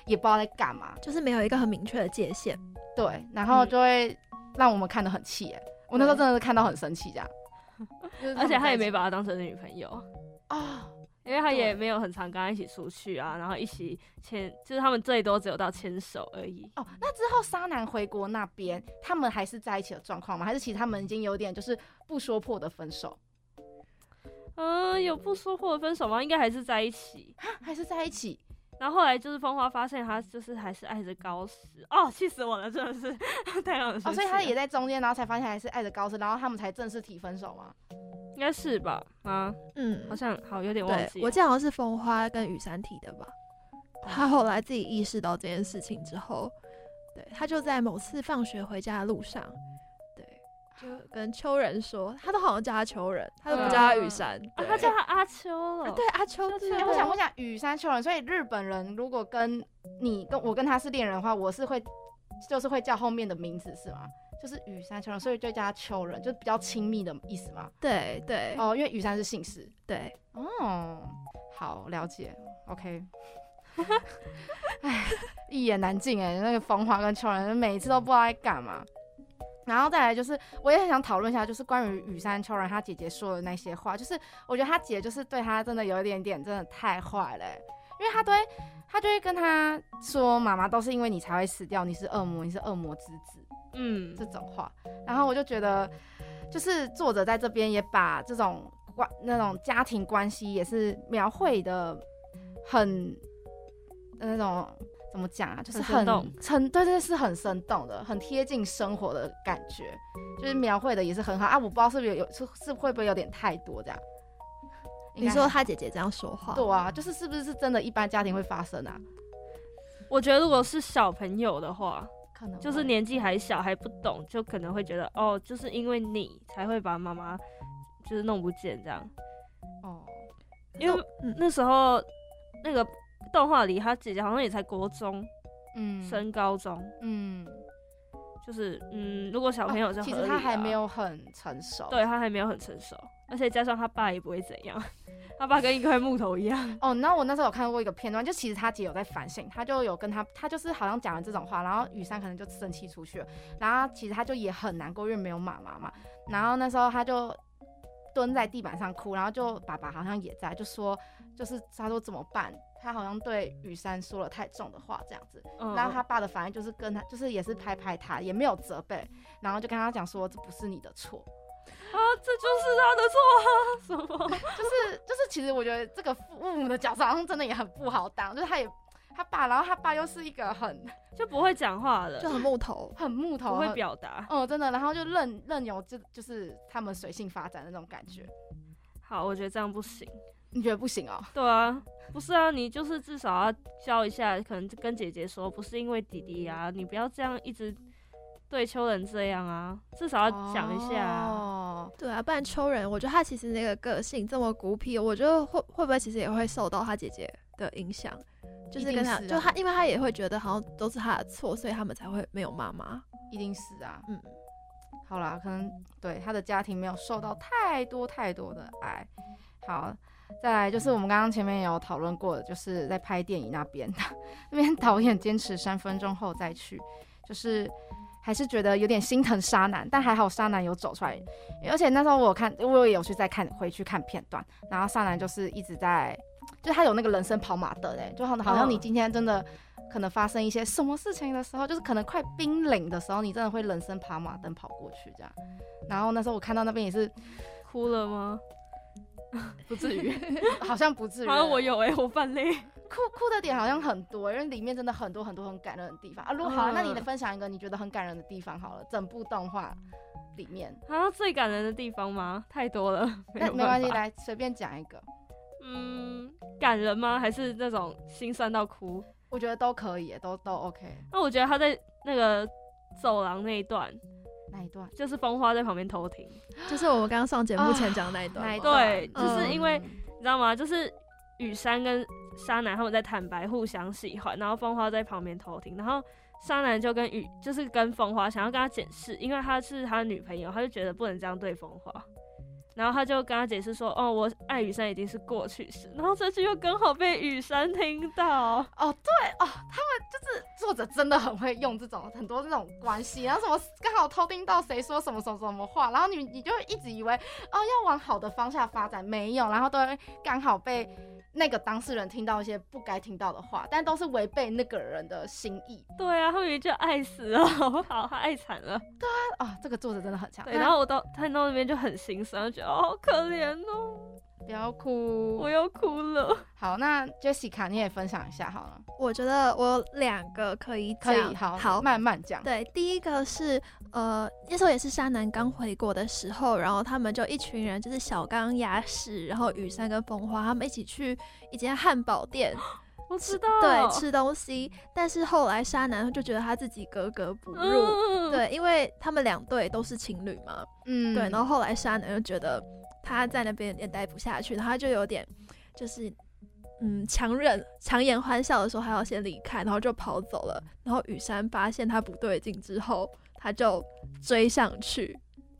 也不知道在干嘛，就是没有一个很明确的界限。对，然后就会让我们看得很气耶。我那时候真的是看到很生气这样，就是嗯而且他也没把把她当成女朋友，哦，因为他也对没有很常跟她一起出去啊，然后一起牵，就是他们最多只有到牵手而已。哦，那之后沙男回国那边，他们还是在一起的状况吗？还是其实他们已经有点就是不说破的分手，嗯，有不说破的分手吗？应该还是在一起。还是在一起？然后后来就是风花发现他就是还是爱着高石，哦，气死我了，真的是啊太让人生气了、哦，所以他也在中间，然后才发现还是爱着高斯，然后他们才正式提分手吗？应该是吧？啊，嗯好，像好有点忘对，记了。哦我记得好像是风花跟雨山提的吧。他后来自己意识到这件事情之后，对他就在某次放学回家的路上，对，啊就跟秋人说，他都好像叫他秋人，他都嗯不叫他雨山，啊对他叫他阿秋了。啊对阿秋，秋对秋哎、对我想对问一下，羽山秋人，所以日本人如果跟你跟我跟他是恋人的话，我是会就是会叫后面的名字是吗？就是羽山秋人，所以就叫他秋人，就是比较亲密的意思吗？对对哦，因为羽山是姓氏。对，哦，好了解，OK。唉，一言难尽哎，那个风花跟秋人每次都不知道在干嘛。然后再来就是，我也很想讨论一下，就是关于雨山秋人他姐姐说的那些话，就是我觉得他姐就是对他真的有一点点真的太坏了欸、因为他都会，他就会跟他说，妈妈都是因为你才会死掉，你是恶魔，你是恶魔之子。嗯这，种话，然后我就觉得，就是作者在这边也把这种关那种家庭关系也是描绘的很那种怎么讲啊，就是很生很动生对对是很生动的，很贴近生活的感觉，就是描绘的也是很好啊。我不知道是不是有有是是会不会有点太多这样，应你该说还他姐姐这样说话，对啊，就是是不是真的一般家庭会发生啊？我觉得如果是小朋友的话，可能就是会年纪还小还不懂，就可能会觉得哦，就是因为你才会把妈妈就是弄不见这样。哦，因为嗯那时候那个动画里，他姐姐好像也才国中嗯升高中，嗯，就是嗯，如果小朋友就、哦其实他还没，有很成熟，啊对他还没有很成熟，而且加上他爸也不会怎样，他爸跟一块木头一 <laughs> 样。哦，然后我那时候有看过一个片段，就其实他姐有在反省，他就有跟他，他就是好像讲了这种话，然后雨山可能就生气出去了，然后其实他就也很难过，因为没有妈妈嘛。然后那时候他就蹲在地板上哭，然后就爸爸好像也在，就说就是他说怎么办？他好像对雨山说了太重的话这样子，嗯，然后他爸的反应就是跟他就是也是拍拍他，也没有责备，然后就跟他讲说这不是你的错，啊，这就是他的错啊， <laughs> 什么？就是就是，其实我觉得这个父父母的角色好像真的也很不好当，就是他也他爸，然后他爸又是一个很。就不会讲话了就，很木头很木头，不会很表达。嗯，真的，然后就任任由就就是他们随性发展的那种感觉，好，我觉得这样不行。你觉得不行哦？对啊，不是啊，你就是至少要教一下，可能跟姐姐说，不是因为弟弟啊，你不要这样一直对秋人这样啊，至少要讲一下、啊。哦，对啊，不然秋人，我觉得他其实那个个性这么孤僻，我觉得会会不会其实也会受到他姐姐的影响，就是一定跟他，是啊就他，因为他也会觉得好像都是他的错，所以他们才会没有妈妈。一定是啊，嗯，好啦，可能对他的家庭没有受到太多太多的爱。好，再来就是我们刚刚前面也有讨论过的，就是在拍电影那边， <laughs> 那边导演坚持三分钟后再去，就是还是觉得有点心疼沙男，但还好沙男有走出来，而且那时候我有看我也有去再看回去看片段，然后沙男就是一直在，就他有那个人生跑马灯哎、就好好像你嗯今天真的。可能发生一些什么事情的时候，就是可能快濒临的时候，你真的会人生跑马灯跑过去这样。然后那时候我看到那边也是哭了吗？不至 <laughs> 于， <laughs> 好像不至于。好像我有哎、我犯泪。哭哭的点好像很多，因为里面真的很多很多很感人的地方啊。如果好啊、嗯那你的分享一个你觉得很感人的地方好了，整部动画里面，啊，最感人的地方吗？太多 <laughs> 了，那有没关系，办法。来随便讲一个，嗯，感人吗？还是那种心酸到哭？我觉得都可以耶，都都 OK。那我觉得他在那个走廊那一段，哪一段？就是风花在旁边偷听，就是我们刚刚上节目前讲的那一哦哪段一嘛。段？对就是因为嗯你知道吗？就是雨山跟沙男他们在坦白互相喜欢，然后风花在旁边偷听，然后沙男就跟雨就是跟风花想要跟他解释，因为他是他女朋友，他就觉得不能这样对风花。然后他就跟他解释说：“哦，我爱雨山已经是过去式。”然后这句又刚好被雨山听到，哦，对哦，他们就是作者真的很会用这种很多这种关系，然后什么刚好偷听到谁说什么什么什么话，然后你你就一直以为哦要往好的方向发展，没有，然后都会刚好被那个当事人听到一些不该听到的话，但都是违背那个人的心意。对啊，他们就爱死了，好不好？他爱惨 <laughs> 了。但哦，这个作者真的很强。对，然后我到他到那边就很心酸，就觉得哦好可怜哦，不要哭我。又哭了。 <laughs> 好，那 Jessica 你也分享一下好了，我觉得我有两个可以可讲，以好慢慢讲。对，第一个是呃，那时候也是山南刚回国的时候，然后他们就一群人，就是小刚、雅史，然后雨山跟风花，他们一起去一间汉堡店，哦我吃知道，对，吃东西。但是后来沙南就觉得他自己格格不入，嗯，对，因为他们两队都是情侣嘛，嗯对。然后后来沙南就觉得他在那边也待不下去，然后他就有点就是。嗯，强忍强颜欢笑的时候，他要先离开，然后就跑走了。然后雨山发现他不对劲之后，他就追上去，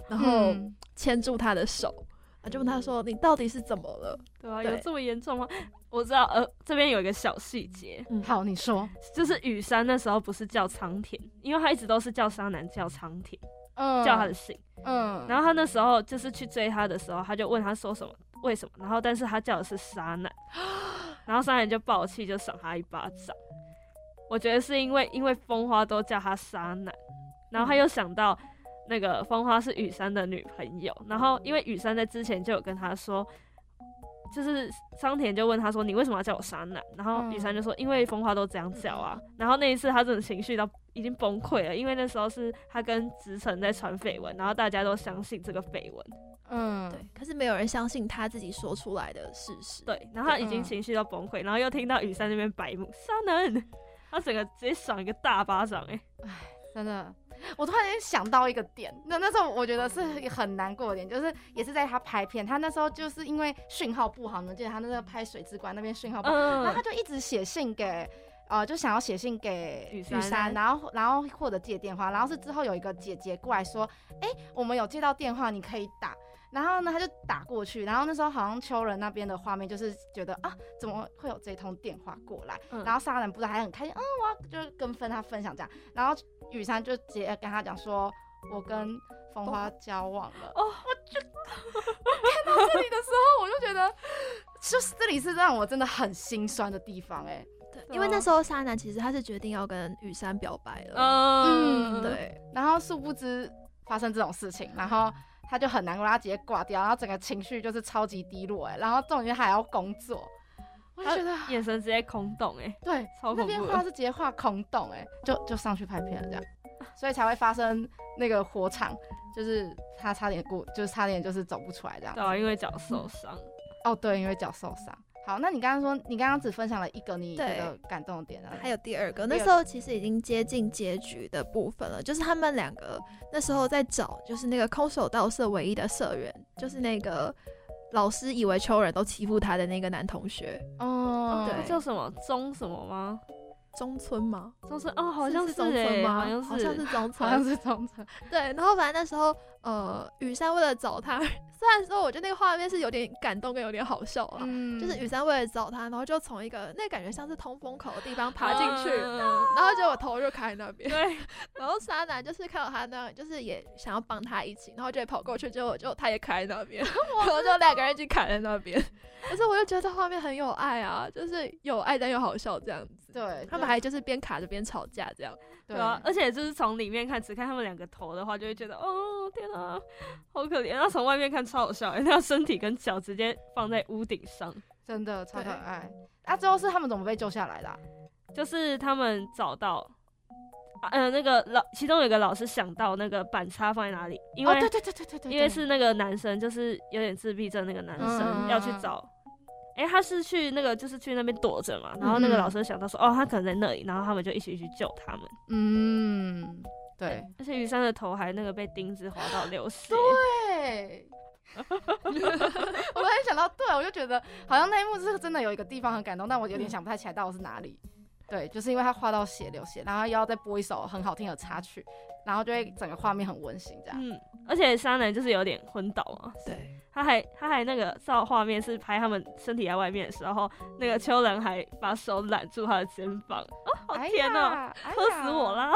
然后嗯牵住他的手，啊、就问他说：“你到底是怎么了对啊，对有这么严重吗？我知道，呃，这边有一个小细节，？”嗯，好，你说，就是雨山那时候不是叫苍田，因为他一直都是叫沙男叫苍田，嗯，叫他的姓。嗯，然后他那时候就是去追他的时候，他就问他说什么为什么，然后但是他叫的是沙男，然后沙男就暴气就赏他一巴掌。我觉得是因为因为风花都叫他沙男，然后他又想到那个风花是雨山的女朋友，然后因为雨山在之前就有跟他说。就是桑田就问他说：“你为什么要叫我沙男？”然后雨山就说：“因为风花都这样叫啊。”然后那一次他真的情绪到已经崩溃了，因为那时候是他跟直城在传绯闻，然后大家都相信这个绯闻，嗯对，，可是没有人相信他自己说出来的事实。对，然后他已经嗯情绪到崩溃，然后又听到雨山那边白目，沙能， <laughs> 他整个直接赏一个大巴掌、欸，哎，真的，我突然间想到一个点，那那时候我觉得是很难过的点，就是也是在他拍片，他那时候就是因为讯号不好，你们记得他那时候拍《水之关》那边讯号不好，然后嗯他，就一直写信给。呃，就想要写信给雨雨珊哦珊，然后然后或者借电话，然后是之后有一个姐姐过来说，哎、我们有接到电话，你可以打。然后呢，他就打过去，然后那时候好像秋人那边的画面就是觉得啊，怎么会有这通电话过来？嗯然后沙人不知道还很开心，嗯，我要就跟分他分享这样，然后雨珊就直接跟他讲说，我跟风花交往了。哦哦，我就看到这里的时候，我就觉得，就是这里是让我真的很心酸的地方、哎。对，因为那时候沙男其实他是决定要跟雨山表白了。嗯，对，然后殊不知发生这种事情，然嗯后他就很难过，他直接挂掉，然后整个情绪就是超级低落哎、然后重点是还要工作，我就觉得眼神直接空洞、欸，哎，对，超那恐边怖画的。是直接画空洞哎、就就上去拍片了这样，所以才会发生那个火场，就是他差点过，就是差点就是走不出来这样。对啊，因为脚嗯受伤，哦，对，因为脚受伤。好，那你刚刚说，你刚刚只分享了一个你觉对得感动的点啊？还有第二个，那第二时候其实已经接近结局的部分了，就是他们两个那时候在找，就是那个空手道社唯一的社员，就是那个老师以为秋人都欺负他的那个男同学，哦，对那叫什么中什么吗？中村吗？中村哦，好像是中村哎，吗？好像好像是中好像村。欸是中 <laughs> 村。对，然后反正那时候，呃，雨山为了找他，虽然说我觉得那个画面是有点感动跟有点好笑啦，嗯就是雨山为了找他，然后就从一个那感觉像是通风口的地方爬进去，哦嗯然后结果头就卡在那边。对，然后沙男就是看到他那样，就是也想要帮他一起，然后就也跑过去，结果就他也卡在那 <laughs> 边，然后就两个人一起卡在那边。可是我就觉得画面很有爱啊，就是有爱但又好笑这样子。对，他们还就是边卡着边吵架这样。对对啊，而且就是从里面看，只看他们两个头的话，就会觉得哦，天啊，好可怜。那从外面看超好笑， <laughs> 欸那身体跟脚直接放在屋顶上，真的超可对爱。啊，最后是他们怎么被救下来的啊、就是他们找到，啊呃，那个老其中有一个老师想到那个板擦放在哪里，因为、哦、对对对对对对，因为是那个男生，就是有点自闭症那个男生、嗯要去找。哎、他是去那个，就是去那边躲着嘛。然后那个嗯老师想到说，哦，他可能在那里，然后他们就一起去救他们。嗯，对而且雨山的头还那个被钉子划到流血。 <laughs> 对。我突然想到，对啊我就觉得好像那一幕是真的有一个地方很感动，但我有点想不太起来到底是哪里。嗯对，就是因为他画到血流血，然后又要再播一首很好听的插曲，然后就会整个画面很温馨这样。嗯，而且沙男就是有点昏倒嘛，对，他还他还那个照画面是拍他们身体在外面的时候，那个秋人还把手揽住他的肩膀，哦，好哎甜哦、呀，哎喝呀死我！啦！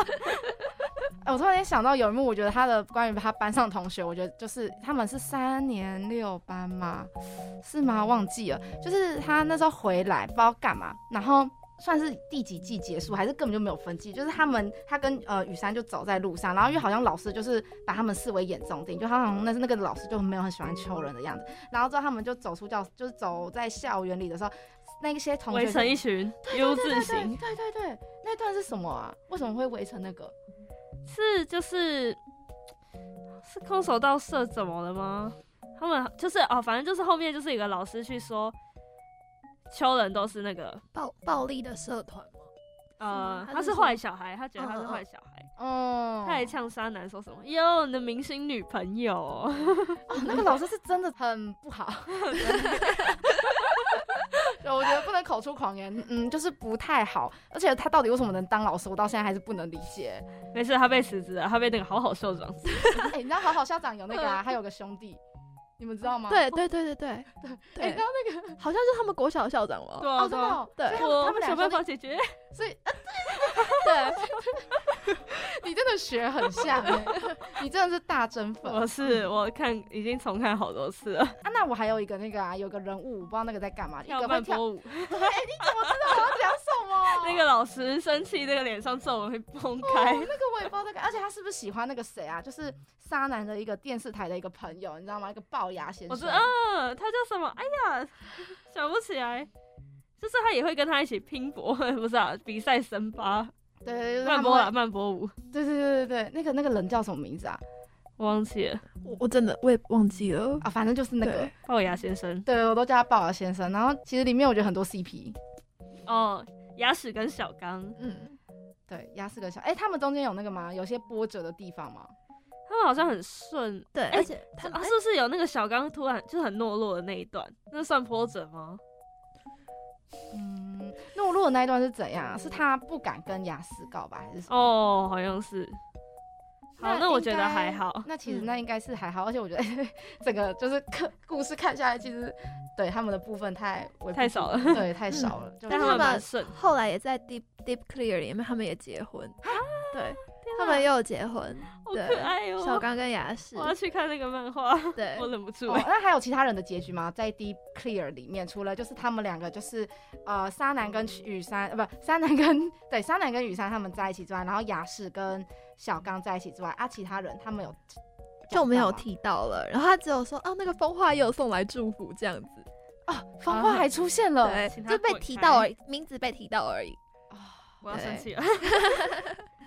哎，我突然间想到有一幕，我觉得他的关于他班上同学，我觉得就是他们是三年六班嘛，是吗？忘记了，就是他那时候回来不知道干嘛，然后。算是第几季结束，还是根本就没有分季？就是他们，他跟呃雨山就走在路上，然后因为好像老师就是把他们视为眼中钉，就他好像那那个老师就没有很喜欢秋人的样子。然后之后他们就走出教，就是走在校园里的时候，那些同学围就成一群 U 字形，对对对，那段是什么啊？为什么会围成那个？是就是是空手道社怎么了吗？他们就是哦，反正就是后面就是有个老师去说，秋人都是那个暴暴力的社团嘛，呃，他他是是说坏小孩，他觉得他是嗯嗯坏嗯小孩，哦，他还呛沙男说什么哟，你的明星女朋友哦、哦，那个老师是真的很不好。 <laughs> 对，我觉得不能口出狂言，嗯，就是不太好。而且他到底为什么能当老师，我到现在还是不能理 <laughs> 解。没事，他被辞职了，他被那个好好校长辞职。哎、你知道好好校长有那个啊，他有个兄弟，你们知道吗？对对对对对 <laughs> 哎、你对知道那个好像是他们国小校长嘛。对啊，哦，对真啊，的对，对所以我他们们想两办个法兄 <laughs> 解决。弟，所以对，你真的学很像、欸， <laughs> 你真的是大真粉。我嗯是我看已经重看好多次 <laughs> 了，啊，那我还有一个那个啊，有个人物，我不知道那个在干嘛，一跳个会 <laughs> 慢跳，哎波舞，。我知道我要讲什么 <laughs> 那个老师生气，那个脸上皱纹会崩开。哦那个我也不知道那个，而且他是不是喜欢那个谁啊？就是沙男的一个电视台的一个朋友，你知道吗？一个龅牙先生。我知道，嗯，他叫什么？哎呀，想不起来。就是他也会跟他一起拼搏， <laughs> 不是啊，比赛森巴、对对对，就是他慢们波啦、会。慢波舞，对对对对对，那个那个人叫什么名字啊？我忘记了，我我真的我也忘记了。啊，反正就是那个对，龅牙先生对我都叫他龅牙先生。然后其实里面我觉得很多 CP，嗯哦，牙齿跟小刚，嗯，对，鸭四个小，哎、他们中间有那个吗？有些波折的地方吗？嗯他们好像很顺。对，哎而且哦他啊，是不是有那个小刚突然就是很懦弱的那一段？那算波折吗？嗯，懦弱的那一段是怎样啊？是他不敢跟雅思告白，还是什么？哦，好像是。好，那我觉应得该还好。那其实那应该是还好，而且我觉得 <laughs> 整个就是看故事看下来，其实对他们的部分太微不太少了嗯足对，太少了。就但他他们们蛮顺，后来也在 Deep Deep Clear 里面，他们也结婚，啊对他们也有结婚，好对可爱哦、小刚跟雅士我，要去看那个漫画，对我，忍不住、哦，那还有其他人的结局吗？在《Deep Clear》里面，除了就是他们两个，就是呃，沙男跟雨山，呃，不，沙男跟对沙男跟雨山他们在一起之外，然后雅士跟小刚在一起之外，啊，其他人他们有就没有讲到吗提到了。然后他只有说，哦，那个风化也有送来祝福这样子，啊，风花还出现了，哦对嗯请，他就被滚提开到而已，名字被提到而已。 <laughs> 我要生气了。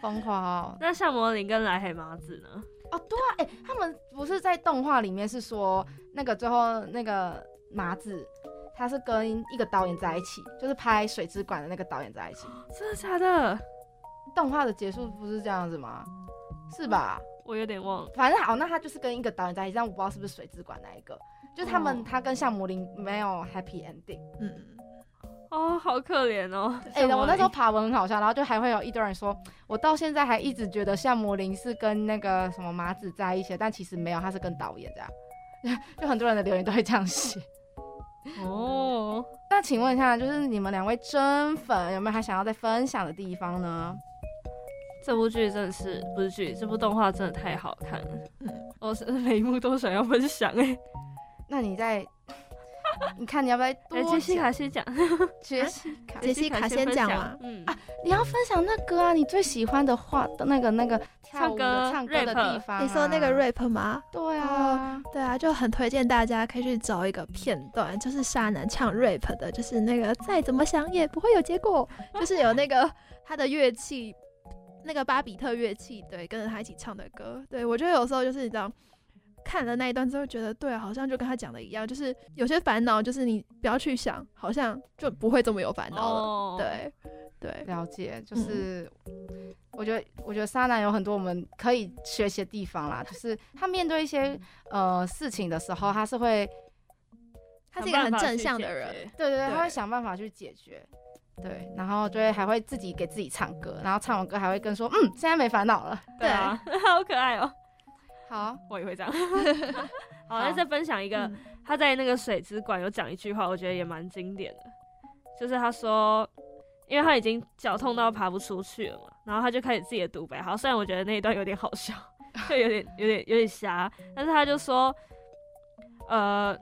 风花哦，那夏魔林跟来黑麻子呢？哦，对啊，哎、他们不是在动画里面是说那个最后那个麻子，他是跟一个导演在一起，就是拍《水之馆》的那个导演在一起。真的假的？动画的结束不是这样子吗？是吧？我有点忘了。反正好，那他就是跟一个导演在一起，但我不知道是不是《水之馆》那一个，就是他们、哦他跟夏魔林没有 happy ending。嗯，哦，好可怜哦。哎、夏我魔那时候林爬文很好笑，然后就还会有一堆人说，我到现在还一直觉得夏魔林是跟那个什么麻子在一起，但其实没有，他是跟导演这样。 <laughs> 就很多人的留言都会这样写。哦，那请问一下，就是你们两位真粉有没有还想要再分享的地方呢？这部剧真的是不是剧，这部动画真的太好 <laughs> 看了。嗯我是每一幕都想要分享哎、欸。那你在， <laughs> 你看你要不要多哎，杰西讲卡先讲，杰西卡， <laughs> 杰西卡先先分讲享嘛，啊嗯，你要分享那个啊，你最喜欢的话的那个那个跳舞的唱唱歌歌的 rap 地方啊、你说那个 rap 吗？对啊，对啊，就很推荐大家可以去找一个片段，就是沙男唱 rap 的，就是那个再怎么想也不会有结果，就是有那 <laughs> 个他的乐器，那个巴比特乐器，对，跟着他一起唱的歌。对我觉得有时候就是你知道，看了那一段之后，觉得对啊，好像就跟他讲的一样，就是有些烦恼，就是你不要去想，好像就不会这么有烦恼了。哦，对，对，了解，就是、我觉得我觉得沙男有很多我们可以学习的地方啦，就是他面对一些呃事情的时候，他是会他是一个很想办法正去向解的人。决。对对对，对他会想办法去解决。对，然后就会还会自己给自己唱歌，然后唱完歌还会跟说，嗯，现在没烦恼了。对啊， <laughs> 好可爱哦。好，我也会这样。好，好那再分享一个，嗯他在那个水之馆有讲一句话，我觉得也蛮经典的，就是他说，因为他已经脚痛到爬不出去了嘛，然后他就开始自己的独白。好，虽然我觉得那一段有点好笑， <laughs> 就有点有点有点瞎，但是他就说，呃。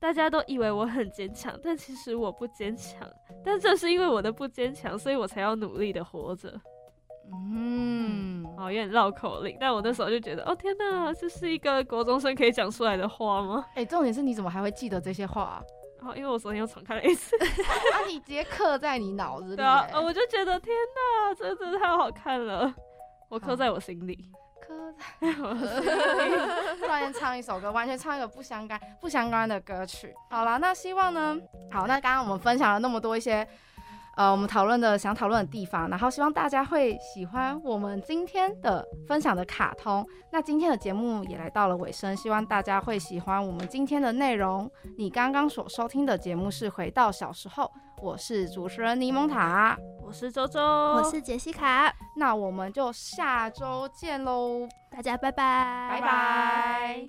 大家都以为我很坚强，但其实我不坚强。但正是因为我的不坚强，所以我才要努力的活着。嗯，哦，有点绕口令，但我那时候就觉得，哦天哪，这是一个国中生可以讲出来的话吗？哎、重点是你怎么还会记得这些话啊？ <laughs> 然、后因为我昨天又重看了一次，啊，你直接刻在你脑子里、对啊，哎呃我就觉得天哪，这真的太好看了，我刻好在我心里。刻在我心 <laughs> 里。突然间唱一首歌，完全唱一个不相干、不相干的歌曲。好啦，那希望呢，好，那刚刚我们分享了那么多一些。呃，我们讨论的想讨论的地方，然后希望大家会喜欢我们今天的分享的卡通。那今天的节目也来到了尾声，希望大家会喜欢我们今天的内容。你刚刚所收听的节目是《回到小时候》，我是主持人柠檬塔，我是周周，哎我是杰西卡，那我们就下周见喽，大家拜拜，拜拜